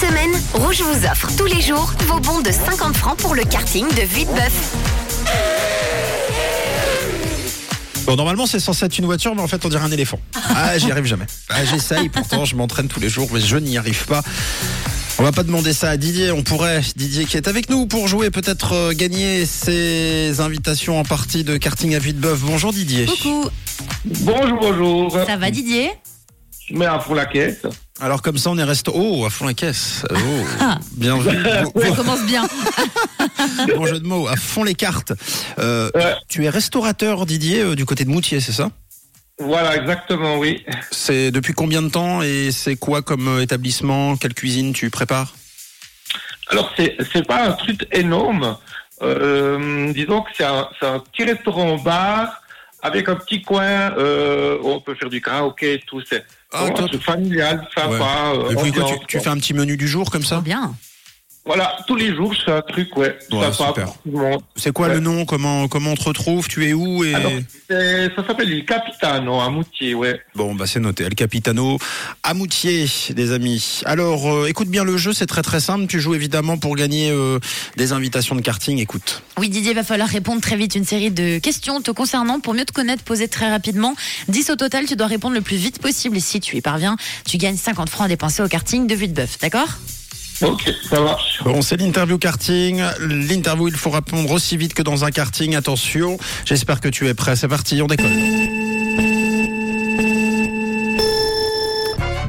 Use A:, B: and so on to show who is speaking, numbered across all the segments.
A: semaine, Rouge vous offre tous les jours vos bons de 50 francs pour le karting de Villebeuf.
B: Bon, normalement, c'est censé être une voiture, mais en fait, on dirait un éléphant. Ah, j'y arrive jamais. Ah, j'essaye, pourtant, je m'entraîne tous les jours, mais je n'y arrive pas. On va pas demander ça à Didier, on pourrait. Didier qui est avec nous pour jouer, peut-être euh, gagner ses invitations en partie de karting à Villebeuf. Bonjour Didier.
C: Coucou,
D: Bonjour, bonjour.
C: ça va Didier
D: Mais à fond la caisse.
B: Alors, comme ça, on est resté. Oh, à fond la caisse. Oh,
C: Ah.
B: bien vu. Bon-
C: Ça commence bien.
B: bon, bon jeu de mots, à fond les cartes. Euh,
D: Ouais.
B: Tu es restaurateur, Didier, euh, du côté de Moutier, c'est ça
D: Voilà, exactement, oui.
B: C'est depuis combien de temps et c'est quoi comme euh, établissement Quelle cuisine tu prépares
D: Alors, c'est c'est pas un truc énorme. Euh, disons que c'est un, c'est un petit restaurant-bar avec un petit coin euh, où on peut faire du karaoké et tout. C'est
B: Ah,
D: vraiment un
B: top.
D: truc familial, sympa. euh,
B: Et puis quoi,
D: ambiance,
B: tu, tu
D: quoi.
B: fais un petit menu du jour comme ça
C: Bien.
D: Voilà, tous les jours, c'est un truc, ouais,
B: Ouais,
D: sympa
B: super.
D: pour tout le monde.
B: C'est quoi le nom comment, comment on te retrouve Tu es où et...
D: Alors- C'est- Ça s'appelle le Capitano à Moutier, ouais.
B: Bon, bah c'est noté. El Capitano à Moutier, les amis. Alors, euh, écoute bien le jeu, c'est très très simple. Tu joues évidemment pour gagner euh, des invitations de karting. Écoute.
C: Oui Didier, va falloir répondre très vite une série de questions te concernant pour mieux te connaître, poser très rapidement. 10 au total, tu dois répondre le plus vite possible et si tu y parviens, tu gagnes 50 francs à dépenser au karting de Villebeuf, d'accord
D: Ok, ça marche.
B: Bon, c'est l'interview karting. L'interview, il faut répondre aussi vite que dans un karting. Attention, j'espère que tu es prêt. C'est parti, on décolle.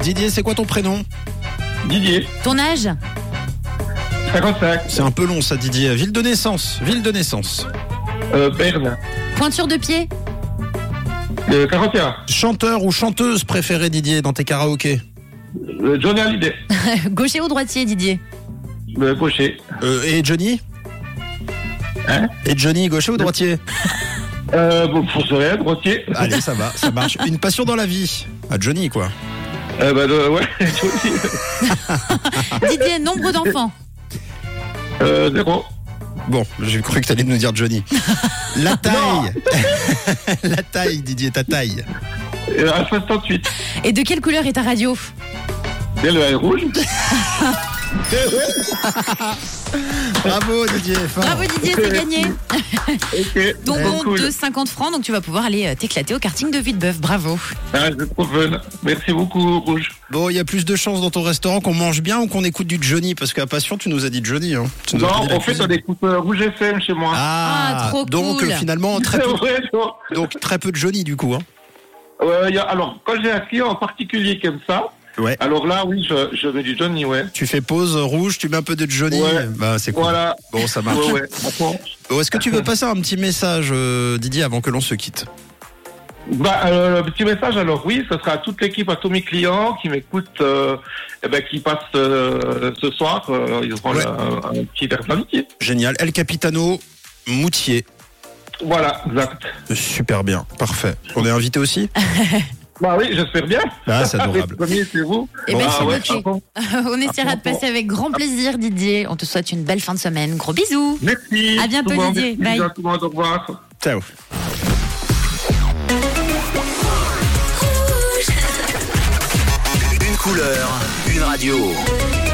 B: Didier, c'est quoi ton prénom
D: Didier,
C: Ton âge
D: 55,
B: C'est un peu long ça, Didier. Ville de naissance, ville de naissance.
D: euh, Berne,
C: Pointure de pied
D: euh, 41,
B: Chanteur ou chanteuse préférée, Didier, dans tes karaokés
D: euh, Johnny Hallyday,
C: Gaucher ou droitier Didier
D: le cocher.
B: Euh, Et Johnny
D: Hein
B: Et Johnny, gaucher ou droitier
D: Euh, bon, pour ce rien, droitier.
B: Allez, ça va, ça marche. Une passion dans la vie. À Johnny, quoi.
D: Euh, bah, euh, ouais, droitier.
C: Didier, nombre d'enfants
D: Euh, zéro.
B: Bon, j'ai cru que t'allais nous dire Johnny. La taille La taille, Didier, ta taille.
D: Euh, à 68.
C: Et de quelle couleur est ta radio
D: Et le euh, rouge.
B: Bravo, Didier. fort.
C: Bravo Didier, c'est gagné
D: ok.
C: Ton
D: Bon,
C: bon
D: cool.
C: de 50 francs, donc tu vas pouvoir aller euh, t'éclater au karting de Villebeuf, bravo
D: Ah, je trouve fun. Merci beaucoup, rouge.
B: Bon, il y a plus de chances dans ton restaurant qu'on mange bien ou qu'on écoute du Johnny, parce qu'à Passion, tu nous as dit Johnny. Hein. Tu nous as
D: Non,
B: pas dit la
D: en fait,
B: cuisine.
D: on écoute euh, rouge FM chez moi.
B: Ah,
C: Ah, trop
B: donc
C: cool.
B: euh, finalement, très
D: C'est
B: peu,
D: vrai, non.
B: donc, très peu de Johnny, du coup. Hein.
D: Euh, y a- alors, quand j'ai un client en particulier comme ça,
B: Ouais.
D: alors là, oui, je, je mets du Johnny, ouais.
B: Tu fais pause euh, rouge, tu mets un peu de Johnny.
D: Ouais.
B: Bah, c'est cool.
D: Voilà.
B: Bon, ça marche.
D: Ouais, ouais. Attends.
B: Bon, Est-ce que tu veux passer un petit message, euh, Didier, avant que l'on se quitte
D: Bah, euh, le petit message, alors oui, ce sera à toute l'équipe, à tous mes clients qui m'écoutent, euh, eh ben, qui passent euh, ce soir. euh, ils auront
B: Ouais.
D: un, un petit verre d'amitié.
B: Génial. El Capitano, Moutier.
D: Voilà, exact.
B: Super bien. Parfait. On est invité aussi
D: Bah oui, j'espère bien.
B: Ah, c'est adorable.
D: Les premiers, c'est vous.
C: Eh ben,
D: Ah
C: c'est
D: ouais,
C: noté.
D: pardon.
C: On essaiera de passer avec grand plaisir, Didier. On te souhaite une belle fin de semaine. Gros bisous.
D: Merci.
C: À bientôt,
D: Tout le monde,
C: Didier.
D: merci,
C: Bye.
D: à tout le monde, au revoir.
B: Ciao.
E: Une couleur, une radio.